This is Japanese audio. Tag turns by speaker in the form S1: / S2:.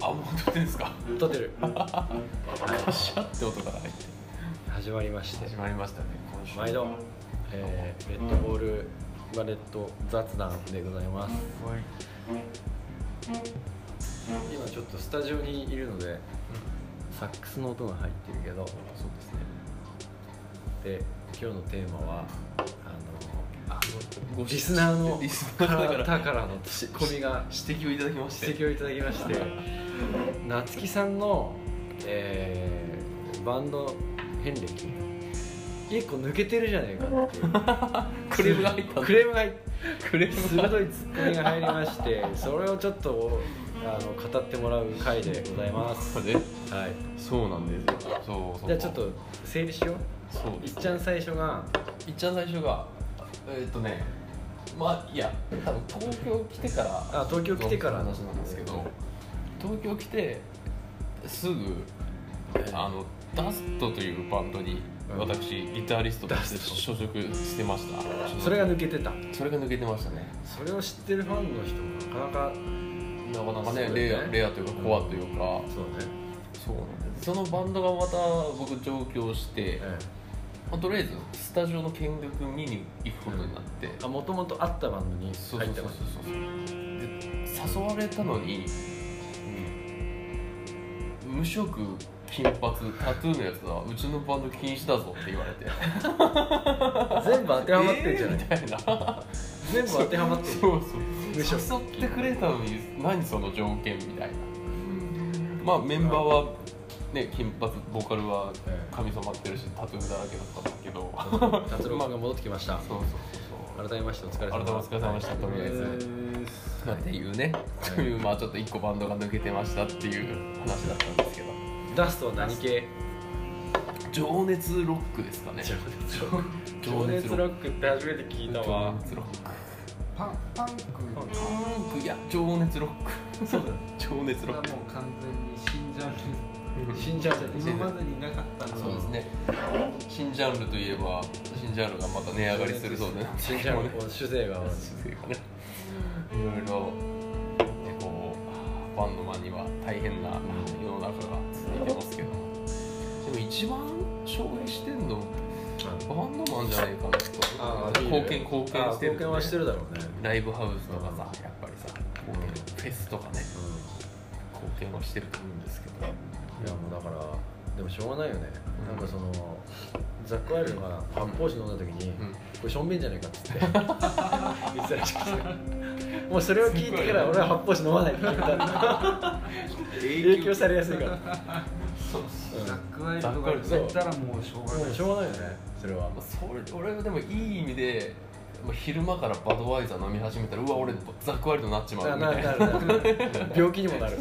S1: あ、もう撮ってんですか。
S2: 撮ってる
S1: カシャって音が入って。
S2: 始まりまして
S1: 始まりましたね。今週。
S2: 毎度、えーレッドボールバレット雑談でございます
S1: はい。
S2: 今ちょっとスタジオにいるのでサックスの音が入ってるけど
S1: そうですね。
S2: で今日のテーマはあのあごリスナーの
S1: リスナーだから
S2: 方からのツッコミが
S1: 指摘をいただきまして。
S2: 指摘をいただきまして夏木さんの、えーバンド遍歴結構抜けてるじゃないかっていう
S1: クレームが入った。
S2: クレームが入っ
S1: クレームが
S2: 鋭いツッコミが入りましてそれをちょっとあの語ってもらう回でございます
S1: 入った。ね。
S2: はい
S1: そうなんですよ。そうそう。
S2: じゃあちょっと整理しよ
S1: そう
S2: うい
S1: で
S2: っ
S1: す
S2: ちゃん最初が
S1: いっちゃん最初がえーっとねまあいや多分東京来てから
S2: あ東京来てから
S1: の話なんですけど東京来てすぐあのダストというバンドに
S2: うん
S1: 私ギタリストとして
S2: ダスト
S1: 所属してました
S2: それが抜けてた
S1: それが抜けてましたね
S2: それを知ってるファンの人もなかな
S1: な
S2: か
S1: かなかね
S2: そうだ
S1: レ
S2: よね
S1: アレアというかコアというか、
S2: そうね、
S1: そうなんですそのバンドがまた僕上京して、
S2: え
S1: まあとりあえずスタジオの見学見に行くことになって、
S2: え、あもともとあったバンドに入
S1: そうそ
S2: っ
S1: う
S2: て
S1: そう
S2: ます
S1: そうで誘われたのに、無色金髪タトゥーのやつはうちのバンド禁止だぞって言われて
S2: 全部当てはまってんじゃない、
S1: えーみたいな
S2: 全部当てはまってる
S1: そう
S2: 無色
S1: そう誘ってくれたのに何その条件みたいなまあメンバーはね金髪ボーカルは髪染まってるしタトゥーだらけだったんだけどそう
S2: 達郎君が戻ってきまし
S1: そ
S2: た
S1: うそうそう
S2: 改めましてお疲れ
S1: 改め
S2: 様
S1: てお疲れ様でしたとりあえずまあっていうね、
S2: い
S1: という まあちょっと一個バンドが抜けてましたっていう話だったんですけど
S2: ダストは何系
S1: 情熱ロックですかね
S2: 情
S1: 情熱
S2: 熱ロックって初めて聞いたわ
S1: 情熱ロック
S3: パンパン
S1: パ
S3: ク
S1: ンクいや情熱ロックそうだ情熱ロ
S3: がも
S1: ック
S3: う完全に新ジャン
S2: 死んじゃうじゃ
S3: ル今までになかったの
S1: そうですね新ジャンルといえば新ジャンルがまた値上がりするそうで
S2: 死んじゃう主税が
S1: というかねいろいろねこうバンドマンには大変な世の中が続いてますけどでも一番衝撃してんのバンドマンじゃないかなと
S2: あー
S1: 貢献貢献してる、ね、
S2: あ貢献はしてるだろうね
S1: ライブハウスとかさやっぱりさ貢献フェスとかね貢献はしてると思うんですけど
S2: うんいやもうだからでもしょうがないよねなんかそのザックワイルドが発泡酒飲んだ時に
S1: うん
S2: これしょんべんじゃないかっつって言ってたらしくてもうそれを聞いてから俺は発泡酒飲まないって言った影響され やすいから
S1: そう
S3: ザッ
S2: う
S3: クワイルドが出たらもうしょうが
S2: ん
S3: な
S2: も
S3: いう
S2: しょうがないよねそれは
S1: それ俺はでもいい意味でまあ昼間からバドワイザー飲み始めたらうわ俺ザックワイルドになっちまう
S2: な
S1: みたいな
S2: ななるなる病気にもなる